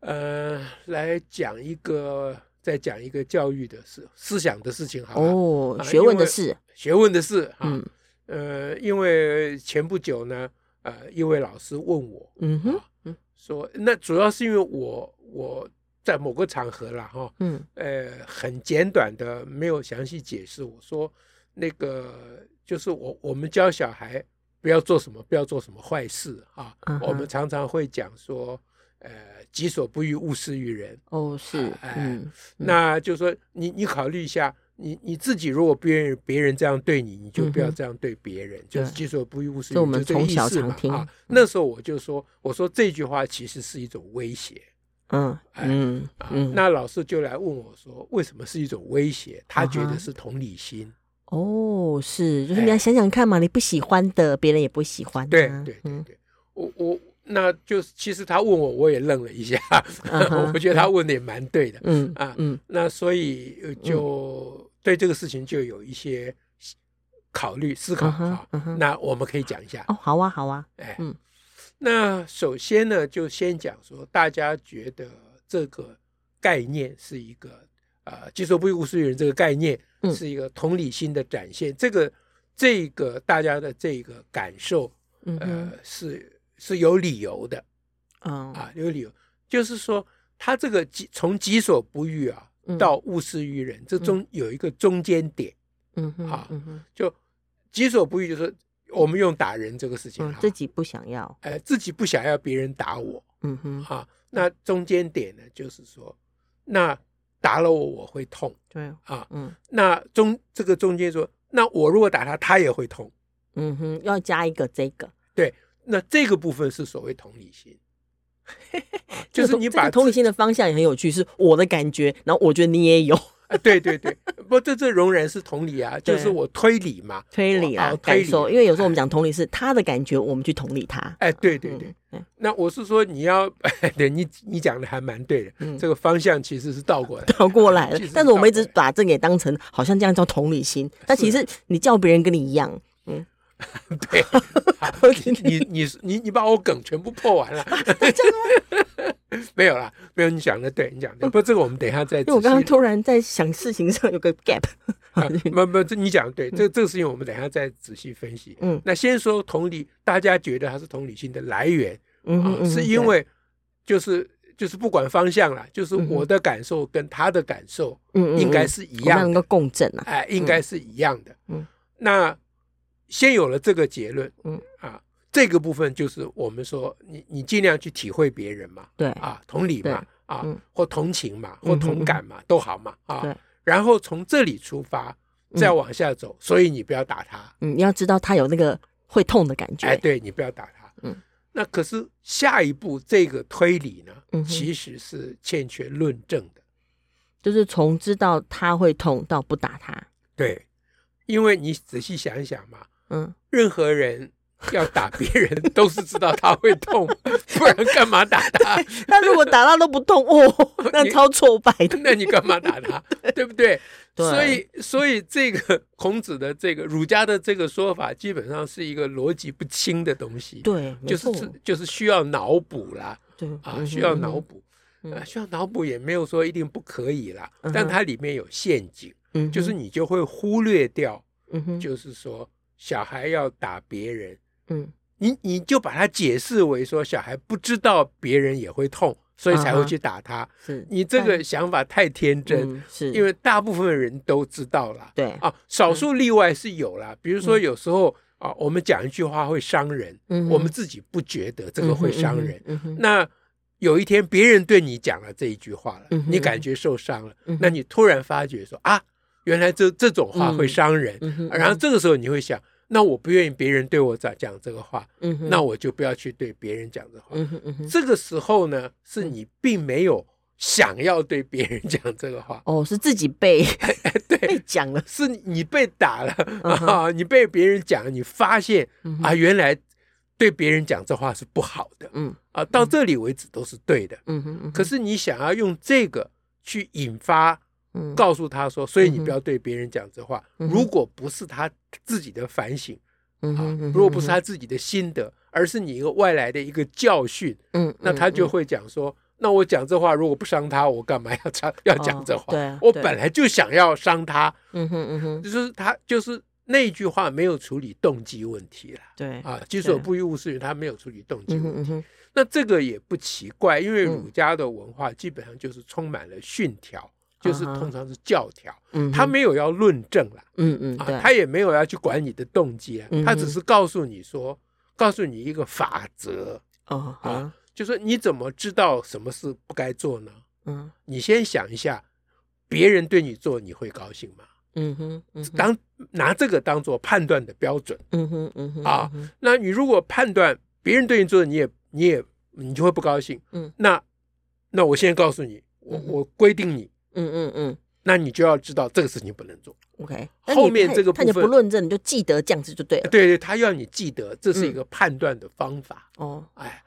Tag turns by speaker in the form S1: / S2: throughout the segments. S1: 呃，来讲一个，再讲一个教育的事、思想的事情好了，好
S2: 哦，
S1: 啊
S2: 学问的事，
S1: 学问的事啊。
S2: 嗯
S1: 呃，因为前不久呢，呃，一位老师问我
S2: 嗯哼，
S1: 说，那主要是因为我我在某个场合啦，哈、
S2: 嗯
S1: 呃，很简短的，没有详细解释。我说那个就是我我们教小孩不要做什么，不要做什么坏事啊。
S2: 嗯哼
S1: 我们常常会讲说，呃，己所不欲，勿施于人。
S2: 哦是，
S1: 哎
S2: 嗯嗯
S1: 那就说你你考虑一下，你你自己如果不愿意别人这样对你，你就不
S2: 嗯
S1: 要
S2: 哼
S1: 这样对别人，就是
S2: 对
S1: 己所不欲，勿施于
S2: 这我
S1: 人，
S2: 们
S1: 就这个
S2: 从
S1: 意
S2: 小
S1: 思
S2: 常
S1: 嘛
S2: 听
S1: 啊。那时候我就说，我说这句话其实是一种威胁。
S2: 嗯
S1: 哎
S2: 嗯
S1: 啊，
S2: 嗯，
S1: 那老师就来问我说，为什么是一种威胁？他觉
S2: 啊哈
S1: 得是同理心。
S2: 哦是，就是
S1: 哎
S2: 你要想想看嘛，你不喜欢的，别人也不喜欢啊，
S1: 对对对
S2: 嗯
S1: 对，我我那就是其实他问我，我也愣了一下，
S2: 嗯哼
S1: 我觉得他问的也蛮对的。
S2: 嗯
S1: 啊
S2: 嗯
S1: 那所以呃就对这个事情就有一些考虑思考
S2: 嗯哼
S1: 啊
S2: 嗯。哼
S1: 那我们可以讲一下，
S2: 哦好啊好啊，
S1: 哎
S2: 嗯，
S1: 那首先呢，就先讲说大家觉得这个概念是一个呃，己所不欲，勿施于人这个概念
S2: 嗯
S1: 是一个同理心的展现，这个这个大家的这个感受。
S2: 嗯
S1: 呃
S2: 哼，
S1: 是是有理由的
S2: 嗯
S1: 啊，有理由，就是说他这个己从己所不欲啊
S2: 嗯，
S1: 到勿施于人，这中有一个中间点，
S2: 嗯哼
S1: 啊
S2: 嗯哼
S1: 就己所不欲，就是我们用打人这个事情
S2: 嗯
S1: 啊，
S2: 自己不想要，
S1: 呃自己不想要别人打我
S2: 嗯哼
S1: 啊，那中间点呢，就是说那打了我我会痛
S2: 对，
S1: 啊，
S2: 嗯
S1: 那中这个中间说，那我如果打他，他也会痛，
S2: 嗯哼，要加一个这个，
S1: 那这个部分是所谓同理心。啊
S2: 这
S1: 就
S2: 个
S1: 是
S2: 同
S1: 你
S2: 这个
S1: 把
S2: 同理
S1: 自
S2: 心的方向也很有趣，是我的感觉，然后我觉得你也有
S1: 啊，对对对，不，这这仍然是同理啊，
S2: 对
S1: 就是我推理嘛，
S2: 推理
S1: 我
S2: 啦
S1: 哦、
S2: 感
S1: 推
S2: 受，
S1: 理
S2: 因为有时候我们讲同理是他的感觉，我们去同理他，
S1: 哎，对对对，
S2: 嗯，
S1: 那我是说你要， 对你你讲的还蛮对的，
S2: 嗯
S1: 这个方向其实是倒过 来的，
S2: 倒过来了
S1: 其实。是
S2: 但是我们一直
S1: 倒过啊
S2: 把这个也当成好像这样叫同理心，但其实你叫别人跟你一样，
S1: 对，啊你你你你你把我梗全部破完了，没有啦，没有，你讲的对，你讲的对，不，这个我们等一下再仔
S2: 因为我刚刚
S1: 细。
S2: 突然在想事情上有个 gap，
S1: 啊 不不，这你讲的对，这这个事情我们等一下再仔细分析。
S2: 嗯
S1: 那先说同理，大家觉得它是同理心的来源，
S2: 嗯哼
S1: 啊，
S2: 嗯哼
S1: 是因为就是就是不管方向啦，就是
S2: 嗯哼
S1: 我的感受跟他的感受
S2: 对嗯嗯嗯
S1: 应该是一
S2: 我们要
S1: 样
S2: 能
S1: 的
S2: 够，共振啊，
S1: 哎，应该是一样的。
S2: 嗯，
S1: 那先有了这个结论，
S2: 嗯
S1: 啊，这个部分就是我们说你你尽量去体会别人嘛，
S2: 对，
S1: 啊，同理
S2: 哎对
S1: 嘛，啊
S2: 嗯，
S1: 或同情嘛，
S2: 嗯
S1: 或
S2: 哼
S1: 同感嘛，都好嘛，
S2: 对
S1: 啊，然后从这里出发。再往下走，所以你不要打他。
S2: 嗯，你要知道他有那个会痛的感
S1: 哎，
S2: 觉，
S1: 对你不要打他。
S2: 嗯，
S1: 那可是下一步这个推理呢，
S2: 嗯哼
S1: 其实是欠缺论证的。
S2: 就是从知道他会痛到不打他，
S1: 对，因为你仔细想一想嘛，
S2: 嗯，
S1: 任何人。要打别人 都是知道他会痛，不然干嘛打 他？
S2: 他如果打到都不痛， 哦，那
S1: 你
S2: 超挫败的，
S1: 那你干嘛打他？对不对？
S2: 对
S1: 所以，所以这个孔子的这个儒家的这个说法，基本上是一个逻辑不清的东西，
S2: 对，没
S1: 就是
S2: 错
S1: 自就是需要脑补啦。
S2: 对
S1: 啊，需要脑，补，
S2: 嗯
S1: 啊，需要脑补也没有说一定不可以啦，
S2: 嗯哼
S1: 但它里面有陷阱，
S2: 嗯哼
S1: 就是，你就会忽略掉，
S2: 嗯哼，
S1: 就是说小孩要打别人，
S2: 嗯
S1: 你你就把它解释为说小孩不知道别人也会痛，所以才
S2: 啊
S1: 会
S2: 哈哎
S1: 去打他。
S2: 是，
S1: 你这个想法太天真，
S2: 嗯是，
S1: 因为大部分人都知道啦，
S2: 对，
S1: 啊，少数例外是有
S2: 嗯
S1: 啦，比如说有时候啊，我们讲一句话会伤人，
S2: 嗯哼
S1: 我们自己不觉得这个会伤人，
S2: 嗯哼，嗯哼
S1: 那有一天别人对你讲了这一句话了，
S2: 嗯哼
S1: 你感觉受伤了，
S2: 嗯哼
S1: 那你突然发觉说啊，原来这这种话会伤人，啊
S2: 嗯哼，
S1: 然后这个时候你会想，那我不愿意别人对我讲讲这个话，
S2: 嗯哼，
S1: 那我就不要去对别人讲这话。
S2: 嗯哼嗯哼，
S1: 这个时候呢，是你并没有想要对别人讲这个话，
S2: 哦，是自己 被 被
S1: 哎对，
S2: 讲了，
S1: 是你被打了
S2: 嗯哼
S1: 啊，你被别人讲，你发现
S2: 嗯哼
S1: 啊，原来对别人讲这话是不好的
S2: 嗯
S1: 啊，到这里为止都是对的。
S2: 嗯哼嗯哼，
S1: 可是你想要用这个去引发，
S2: 嗯
S1: 告诉他说，所以
S2: 嗯
S1: 你
S2: 哼
S1: 不要对别人讲这话。
S2: 嗯哼
S1: 如果不是他自己的反省
S2: 嗯
S1: 啊
S2: 哼，嗯哼
S1: 如果不是他自己的心得，而是你一个外来的一个教训，
S2: 嗯，
S1: 那他就
S2: 嗯
S1: 会讲说。那我讲这话，如果不伤他，我干嘛要讲要讲这话？
S2: 哦对啊
S1: 我
S2: 对
S1: 本来就想要伤他，
S2: 嗯哼嗯哼，
S1: 就是他就是那句话没有处理动机问题了
S2: 对，
S1: 啊。己所
S2: 对
S1: 不欲，勿施于人，他没有处理动机
S2: 哎嗯
S1: 问
S2: 哼。
S1: 题
S2: 嗯哼，
S1: 那这个也不奇怪，因为
S2: 嗯
S1: 儒家的文化基本上就是充满了训条，就是
S2: 啊哈
S1: 通常是教条，
S2: 嗯哼，
S1: 他没有要论证啦，
S2: 嗯嗯
S1: 啊，
S2: 对，
S1: 他也没有要去管你的动机啊
S2: 嗯哼，
S1: 他只是告诉你说，告诉你一个法则，
S2: 哦
S1: 啊
S2: 好，
S1: 就说你怎么知道什么事不该做呢？
S2: 嗯
S1: 你先想一下，别人对你做，你会高兴吗？
S2: 嗯哼嗯哼
S1: 当拿这个当做判断的标准，
S2: 嗯哼嗯哼
S1: 啊，那你如果判断别人对你做的，你也你也你就会不高兴，
S2: 嗯，
S1: 那那我现在告诉你，我
S2: 嗯哼
S1: 我规定你，
S2: 嗯哼嗯嗯
S1: 那你就要知道这个事情不能做。
S2: 嗯，OK，
S1: 后面这个
S2: 他
S1: 部
S2: 就不
S1: 分
S2: 论证，你就记得这样子就对嗯了，
S1: 对对，他要你记得，这是一个判断的方法。
S2: 哦，
S1: 哎，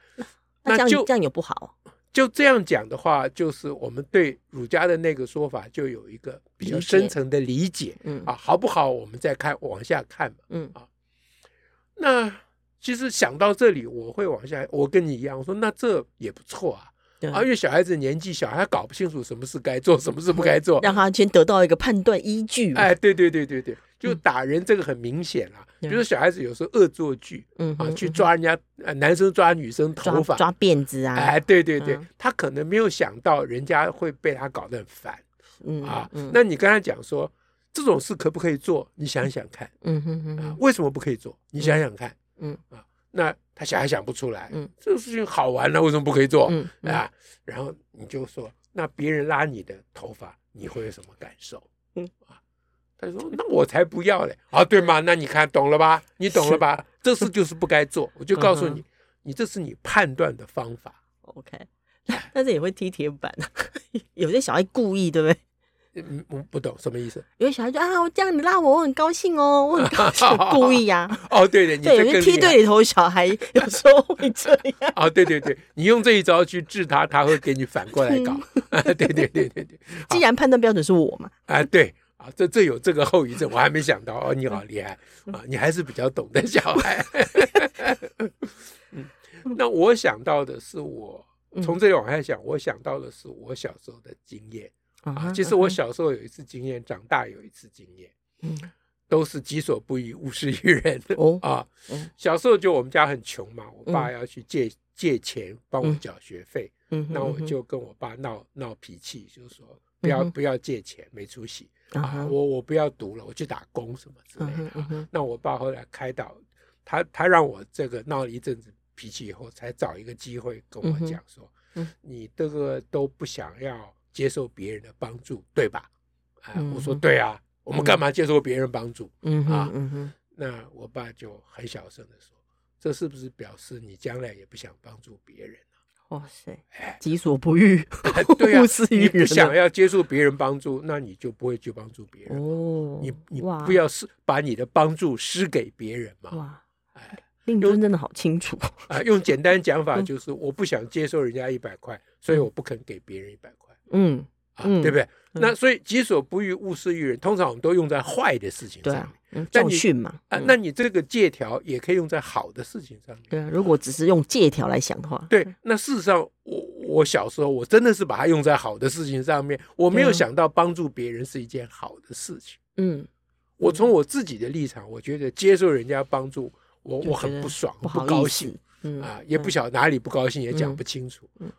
S2: 那这
S1: 那
S2: 样
S1: 就
S2: 这样也不好，
S1: 就这样讲的话，就是我们对儒家的那个说法就有一个比较
S2: 理解
S1: 深层的理解
S2: 嗯
S1: 啊，好不好？我们再看往下看嘛。
S2: 嗯
S1: 那其实想到这里，我会往下，我跟你一样，我说那这也不错啊。
S2: 对
S1: 啊，因为小孩子年纪小，他搞不清楚什么事该做，什么事不 该做。
S2: 让他先得到一个判断依据嘛，
S1: 哎，对对对对对，就
S2: 嗯
S1: 打人这个很明显啦、
S2: 对
S1: 比如说小孩子有时候恶作剧
S2: 嗯
S1: 啊，
S2: 哼
S1: 去
S2: 嗯哼
S1: 抓人家，呃男生抓女生头
S2: 抓
S1: 发，
S2: 抓辫子啊，
S1: 哎，对对对
S2: 嗯，
S1: 他可能没有想到人家会被他搞得很烦
S2: 嗯
S1: 啊
S2: 嗯。
S1: 那你跟他讲说这种事可不可以做？你想想看
S2: 嗯哼嗯
S1: 啊
S2: 哼，
S1: 为什么不可以做？你想想看，
S2: 嗯
S1: 啊，那他想还想不出来
S2: 嗯，
S1: 这个事情好玩啊了，为什么不可以做？
S2: 嗯嗯
S1: 啊，然后你就说，那别人拉你的头发，你会有什么感受？
S2: 嗯
S1: 啊，他就说，那我才不要嘞！啊，对吗？那你看懂了吧？你懂了吧？这事就是不该做，我就告诉
S2: 嗯
S1: 你，你这是你判断的方法。
S2: ，OK，但是 也会踢铁板，啊有些小孩故意对不对？
S1: 嗯，我不懂什么意思。
S2: 有些小孩就啊，我这样你拉我，我很高兴哦，我很高兴， 故意呀、
S1: 哦，对对，你
S2: 对，
S1: 这
S2: 有些
S1: 更
S2: 梯
S1: 厉害
S2: 队。里头的小孩有时候会这 样。
S1: 哦，对对对，你用这一招去治他，他会给你反过来搞。
S2: 嗯
S1: 对对对对对，
S2: 既然判断标准是我嘛，
S1: 啊，对啊，这这有这个后遗症，我还没想到哦。你好厉害
S2: 嗯
S1: 啊，你还是比较懂得小孩。嗯， 那我想到的是我，
S2: 嗯
S1: 从这里往下想，我想到的是我小时候的经验啊。其实我小时候有一次经验，长大有一次经验，
S2: 嗯
S1: 都是己所不欲，勿施于人
S2: 哦
S1: 啊
S2: 嗯。
S1: 小时候就我们家很穷嘛，我爸要去借借钱帮我缴学费，
S2: 嗯哼
S1: 那我
S2: 嗯哼
S1: 就跟我爸闹闹脾气，就说不要
S2: 嗯哼
S1: 不要借钱，没出息。
S2: 嗯
S1: 啊，
S2: 哼
S1: 我我不要读了，我去打工什么之类
S2: 嗯哼
S1: 的
S2: 嗯
S1: 啊、
S2: 哼
S1: 那我爸后来开导他，他让我这个闹了一阵子脾气以后，才找一个机会跟
S2: 嗯
S1: 我
S2: 哼
S1: 讲说，
S2: 嗯
S1: 你这个都不想要接受别人的帮助，对吧？啊，
S2: 嗯
S1: 我说
S2: 哼
S1: 对啊，我们干嘛接受别人帮助？
S2: 嗯哼
S1: 啊
S2: 嗯哼
S1: 那我爸就很小声的说，这是不是表示你将来也不想帮助别人？
S2: 哇塞
S1: 哎，
S2: 己所不欲，
S1: 对啊
S2: 勿施，于
S1: 你不
S2: 人
S1: 想
S2: 啊。
S1: 要接受别人帮助，那你就不会去帮助别人。
S2: 哦，
S1: 你你
S2: 哇
S1: 不要施把你的帮助施给别人嘛？
S2: 哇
S1: 哎，
S2: 令尊真的好清楚。
S1: 啊，用简单讲
S2: 嗯
S1: 法就是，我不想接受人家一百块，所以我不肯给别人一百块
S2: 嗯，
S1: 啊，
S2: 嗯
S1: 对不对？
S2: 嗯
S1: 那所以己所不欲，勿施于人，通常我们都用在坏的事情
S2: 对
S1: 上面
S2: 啊。，嗯
S1: 但
S2: 教
S1: 你
S2: 训嘛。
S1: 啊
S2: 嗯，
S1: 那你这个借条也可以用在好的事情上面。
S2: 对啊，嗯如果只是用借条来想的话，
S1: 对，那事实上，我我小时候我真的是把它用在好的事情上面，我没有
S2: 对啊
S1: 想到帮助别人是一件好的事情。
S2: 嗯，
S1: 我从我自己的立场，我觉得接受人家帮助，我
S2: 就
S1: 我
S2: 觉
S1: 很
S2: 得
S1: 不爽，
S2: 不好
S1: 高
S2: 意
S1: 兴
S2: 思。。嗯
S1: 啊，也不晓得哪里不高兴，也讲
S2: 嗯
S1: 不清楚。
S2: 嗯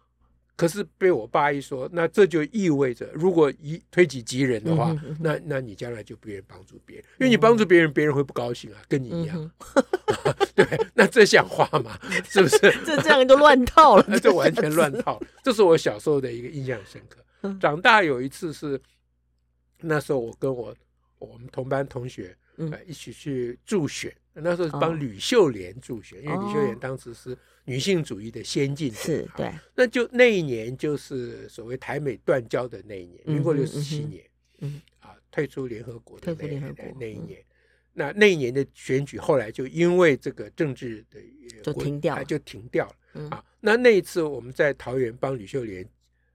S1: 可是被我爸一说，那这就意味着，如果一推己及人的话，
S2: 嗯哼嗯哼
S1: 那那你将来就不愿意帮助别人，因为你帮助别人，别人会不高兴啊，跟你一
S2: 嗯
S1: 样，
S2: 哼，
S1: 对，那这像话吗？ 是不是？
S2: 这这样就乱套了
S1: 那，这完全乱套。这是我小时候的一个印象深刻
S2: 嗯。
S1: 长大有一次是，那时候我跟我我们同班同学，
S2: 嗯
S1: 呃，一起去助选。那时候是
S2: 哦
S1: 帮吕秀莲助选，因为吕秀莲
S2: 哦
S1: 当时是女性主义的先进 者
S2: 是对，
S1: 那就那一年就是所谓台美断交的那一年，民
S2: 嗯
S1: 国
S2: 哼
S1: 六十七
S2: 嗯哼
S1: 年，
S2: 嗯
S1: 啊，退出联合国的
S2: 退出
S1: 那一
S2: 联合国
S1: 那一
S2: 嗯
S1: 年，那那一年的选举后来就因为这个政治的呃
S2: 就
S1: 国
S2: 停掉
S1: 啊
S2: 了
S1: 就停掉了
S2: 嗯
S1: 啊。那那一次我们在桃园帮吕秀莲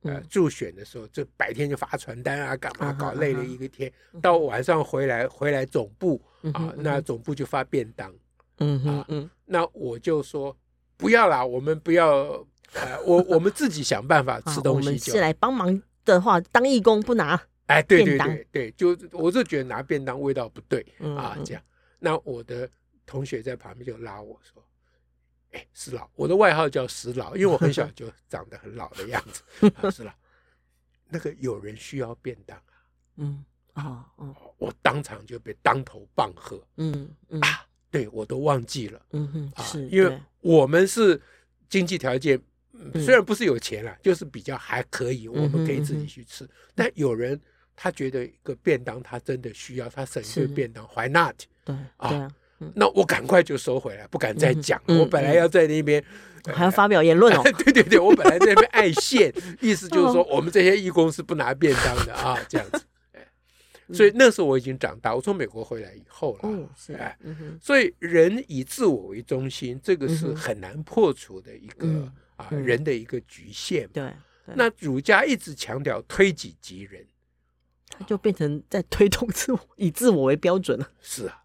S1: 呃
S2: 嗯
S1: 助选的时候，这白天就发传单啊，干嘛
S2: 啊哈
S1: 搞累
S2: 啊
S1: 了
S2: 哈
S1: 一个天，到晚上回来回来总部
S2: 嗯哼
S1: 啊，那总部就发便当，
S2: 嗯哼
S1: 啊
S2: 嗯
S1: 那我就说不要啦，我们不要，呃，我 我们自己想办法
S2: 啊
S1: 吃
S2: 我
S1: 东西
S2: 们。
S1: 就是
S2: 来帮忙的话，当义工不拿
S1: 哎，对
S2: 便
S1: 对
S2: 当
S1: 对对，就我就觉得拿便当味道不对
S2: 嗯
S1: 啊，
S2: 嗯
S1: 这样。那我的同学在旁边就拉我说：“哎，石老，我的外号叫石老，因为我很小就长得很老的样子。 啊石老，那个有人需要便当啊，
S2: 嗯哦哦
S1: 我当场就被当头棒喝。
S2: 嗯嗯
S1: 对我都忘记了。”
S2: 嗯哼
S1: 啊
S2: 是，
S1: 因为
S2: 对
S1: 我们是经济条件、嗯
S2: 嗯
S1: 虽然不是有钱了，就是比较还可以，我
S2: 嗯哼
S1: 们可以自
S2: 嗯哼
S1: 己去吃。但有人他觉得一个便当他真的需要，他省一
S2: 是
S1: 顿便当，Why not？
S2: 对
S1: 啊
S2: 对啊，
S1: 那我赶快就收回来，不敢再
S2: 嗯哼
S1: 讲。
S2: 嗯
S1: 我本来要在那边，，
S2: 还要发表言论哦
S1: 对对对，我本来在那边爱现，意思就是说
S2: 哦
S1: 我们这些义工是不拿便当的啊，这样子。哎所以那时候我已经长大，我从美国回来以后了。
S2: 嗯是
S1: 哎，
S2: 嗯哼
S1: 所以人以自我为中心，这个是
S2: 嗯哼
S1: 很难破除的一个、
S2: 嗯
S1: 啊、
S2: 嗯
S1: 人的一个局限嘛。
S2: 对。对
S1: 那儒家一直强调推己及人，
S2: 他就变成在推动自我，以自我为标准了。
S1: 是啊，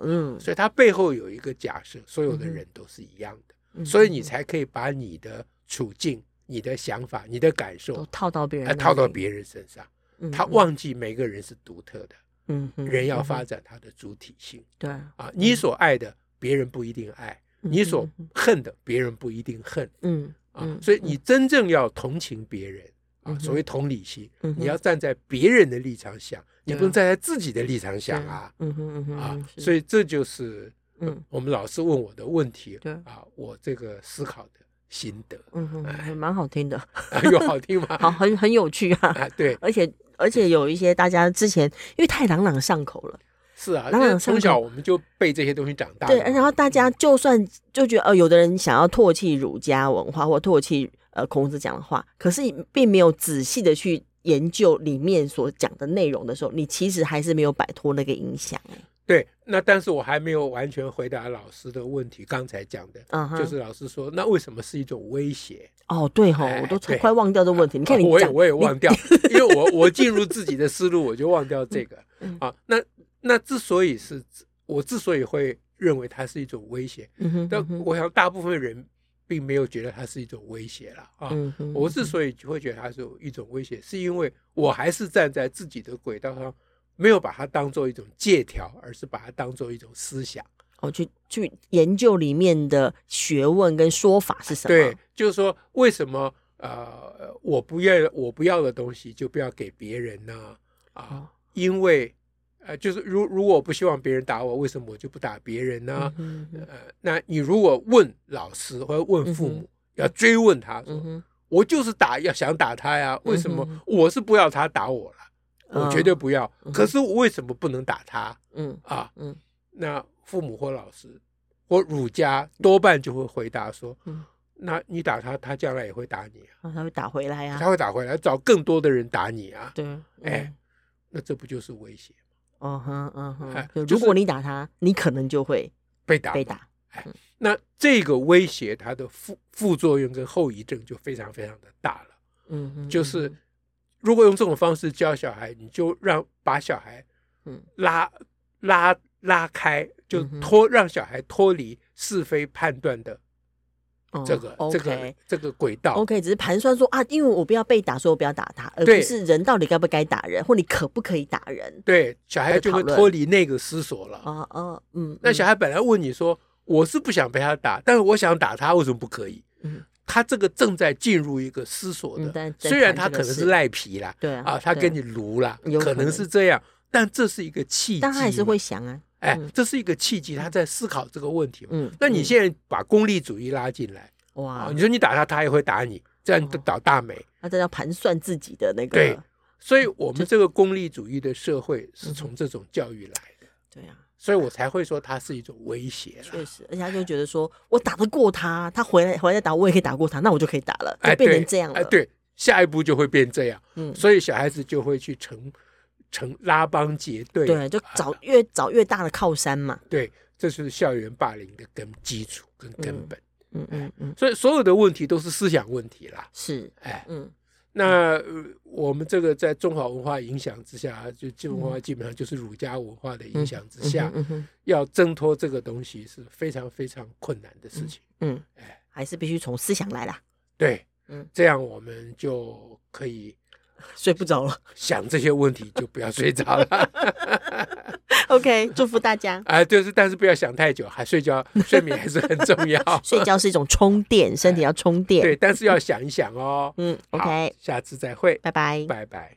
S2: 嗯，
S1: 所以它背后有一个假设，所有的
S2: 嗯哼
S1: 人都是一样的，
S2: 嗯
S1: 所以你才可以把你的处境、你的想法、你的感
S2: 都
S1: 受，
S2: 套到别人
S1: 啊
S2: 那里，
S1: 套到别人身上。
S2: 嗯
S1: 他忘记每个人是独特的，
S2: 嗯嗯
S1: 人要
S2: 嗯
S1: 发展他的主体性
S2: 对，
S1: 啊，你所爱的别人不一定爱，你所
S2: 嗯嗯
S1: 恨的别人不一定恨。
S2: 嗯
S1: 啊
S2: 嗯，
S1: 所以你真正要同情别人
S2: 嗯哼
S1: 啊，所谓同理心
S2: 嗯，哼啊
S1: 你要站在别人的立场想，你不能站在自己的立场想
S2: 对
S1: 啊
S2: 嗯哼嗯哼
S1: 啊
S2: 嗯，是
S1: 所以这就是
S2: 嗯
S1: 我们老师问我的问题，
S2: 对
S1: 啊，我这个思考的心 得
S2: 嗯哼，还蛮好听 的，
S1: 啊，有好听吗？
S2: 好很很有趣啊，
S1: 啊，对，
S2: 而且而且有一些大家之前因为太朗朗上口了，
S1: 是啊，
S2: 朗朗
S1: 因为从
S2: 上
S1: 小
S2: 口
S1: 我们就被这些东西长大的
S2: 对，
S1: 嘛，
S2: 然后大家就算就觉得呃，有的人想要唾弃儒家文化或唾弃呃孔子讲的话，可是你并没有仔细的去研究里面所讲的内容的时候，你其实还是没有摆脱那个影响、欸。
S1: 对，那但是我还没有完全回答老师的问题，刚才讲的。
S2: 嗯哼，
S1: 就是老师说，那为什么是一种威胁？
S2: 哦，对吼，
S1: 哎
S2: 我都
S1: 对啊
S2: 快忘掉这个问题。你看你
S1: 我也
S2: 讲，
S1: 我也
S2: 你
S1: 忘掉，因为我我进入自己的思路，我就忘掉这个
S2: 嗯
S1: 啊。那那之所以是我之所以会认为它是一种威胁，
S2: 嗯哼，
S1: 但
S2: 嗯哼
S1: 我想大部分人并没有觉得它是一种威胁了啊。
S2: 嗯哼
S1: 我之所以会觉得它是一种威胁，是因为我还是站在自己的轨道上，没有把它当做一种借条，而是把它当做一种思想。
S2: 我哦去去研究里面的学问跟说法是什么。
S1: 对，就是说为什么呃我不要我不要的东西就不要给别人呢？啊，
S2: 哦
S1: 因为呃就是如如果我不希望别人打我，为什么我就不打别人呢
S2: 嗯？哼，嗯哼
S1: 呃，那你如果问老师或者问父母，
S2: 嗯
S1: 要追问他说，
S2: 嗯哼，
S1: 我就是打要想打他呀，为什么
S2: 嗯哼
S1: 我是不要他打我了？我
S2: 嗯
S1: 绝对不要，
S2: 嗯哼
S1: 可是我为什么不能打他
S2: 嗯
S1: 啊？
S2: 嗯
S1: 那父母或老师或儒家多半就会回答说，
S2: 嗯，
S1: 那你打他，他将来也会打你啊，
S2: 然后他会打回来呀、
S1: 他会打回来，找更多的人打你啊，
S2: 对，
S1: 哎
S2: 嗯，
S1: 那这不就是威胁？
S2: 嗯哼，嗯
S1: 哎
S2: 哼，就
S1: 就
S2: 如果
S1: 是
S2: 你打他，你可能就会
S1: 被打，
S2: 被。打。
S1: 那这个威胁它的副副作用跟后遗症就非常非常的大了，
S2: 嗯哼，
S1: 就是如果用这种方式教小孩，你就让把小孩
S2: 嗯
S1: 拉拉拉开，就
S2: 嗯哼
S1: 脱让小孩脱离是非判断的
S2: 嗯
S1: 这个
S2: 哦
S1: 这个
S2: OK 哦
S1: 这个轨道。
S2: OK，只是盘算说啊，因为我不要被打，所以我不要打他，而不
S1: 对
S2: 是人到底该不该打人，或你可不可以打人。
S1: 对，小孩就会
S2: 讨论
S1: 脱离那个思索了。
S2: 啊啊，嗯，
S1: 那
S2: 嗯
S1: 小孩本来问你说，我是不想被他打，但是我想打他，为什么不可以？
S2: 嗯
S1: 他这个正在进入一个思索
S2: 嗯在
S1: 的，
S2: 在
S1: 虽然
S2: 谈这个
S1: 他可能是
S2: 事
S1: 赖皮啦，
S2: 对
S1: 啊，他
S2: 对
S1: 跟你撸啦
S2: 有，可
S1: 可
S2: 能
S1: 能是这样，但这是一个契机嘛，
S2: 但他还是会想啊，
S1: 哎
S2: 嗯，
S1: 这是一个契机，他在思考这个问题嘛。
S2: 嗯，
S1: 那你
S2: 嗯
S1: 现在把功利主义拉进来啊
S2: 哇，，
S1: 你说你打他，他也会打你，这样就
S2: 哦
S1: 倒大霉。
S2: 那这叫盘算自己的那个嗯
S1: 对所以我们这个功利主义的社会是从这种教育来的。
S2: 对啊，
S1: 所以我才会说它是一种威胁啦
S2: 确实，而且他就觉得说我打得过他，他回来回来打我也可以打过他，那我就可以打了，就
S1: 哎，
S2: 变
S1: 对
S2: 成这样了。
S1: 哎，，对，下一步就会变这样，
S2: 嗯，
S1: 所以小孩子就会去成成拉帮结队，
S2: 对，就
S1: 啊
S2: 找越找越大的靠山嘛。
S1: 对，这是校园霸凌的根基础跟根本，
S2: 嗯嗯嗯，
S1: 所以所有的问题都是思想问题啦。
S2: 是，
S1: 哎，
S2: 嗯
S1: 那、呃我们这个在中华文化影响之下，就中华文化基本上就是儒家文化的影响之
S2: 嗯
S1: 下
S2: 哼，嗯哼
S1: 要挣脱这个东西是非常非常困难的事情。
S2: 嗯
S1: 哎，
S2: 还是必须从思想来啦，
S1: 对，
S2: 嗯
S1: 这样我们就可以
S2: 睡不着了。
S1: 想这些问题，就不要睡着了。
S2: OK，祝福大家。
S1: 啊，就是但是不要想太久，还睡觉，睡眠还是很重 要。
S2: 睡觉是一种充电，身体要充电。
S1: 对，但是要想一想哦。
S2: 嗯
S1: 哎好
S2: ，OK，
S1: 下次再会，
S2: 拜拜。
S1: 拜拜。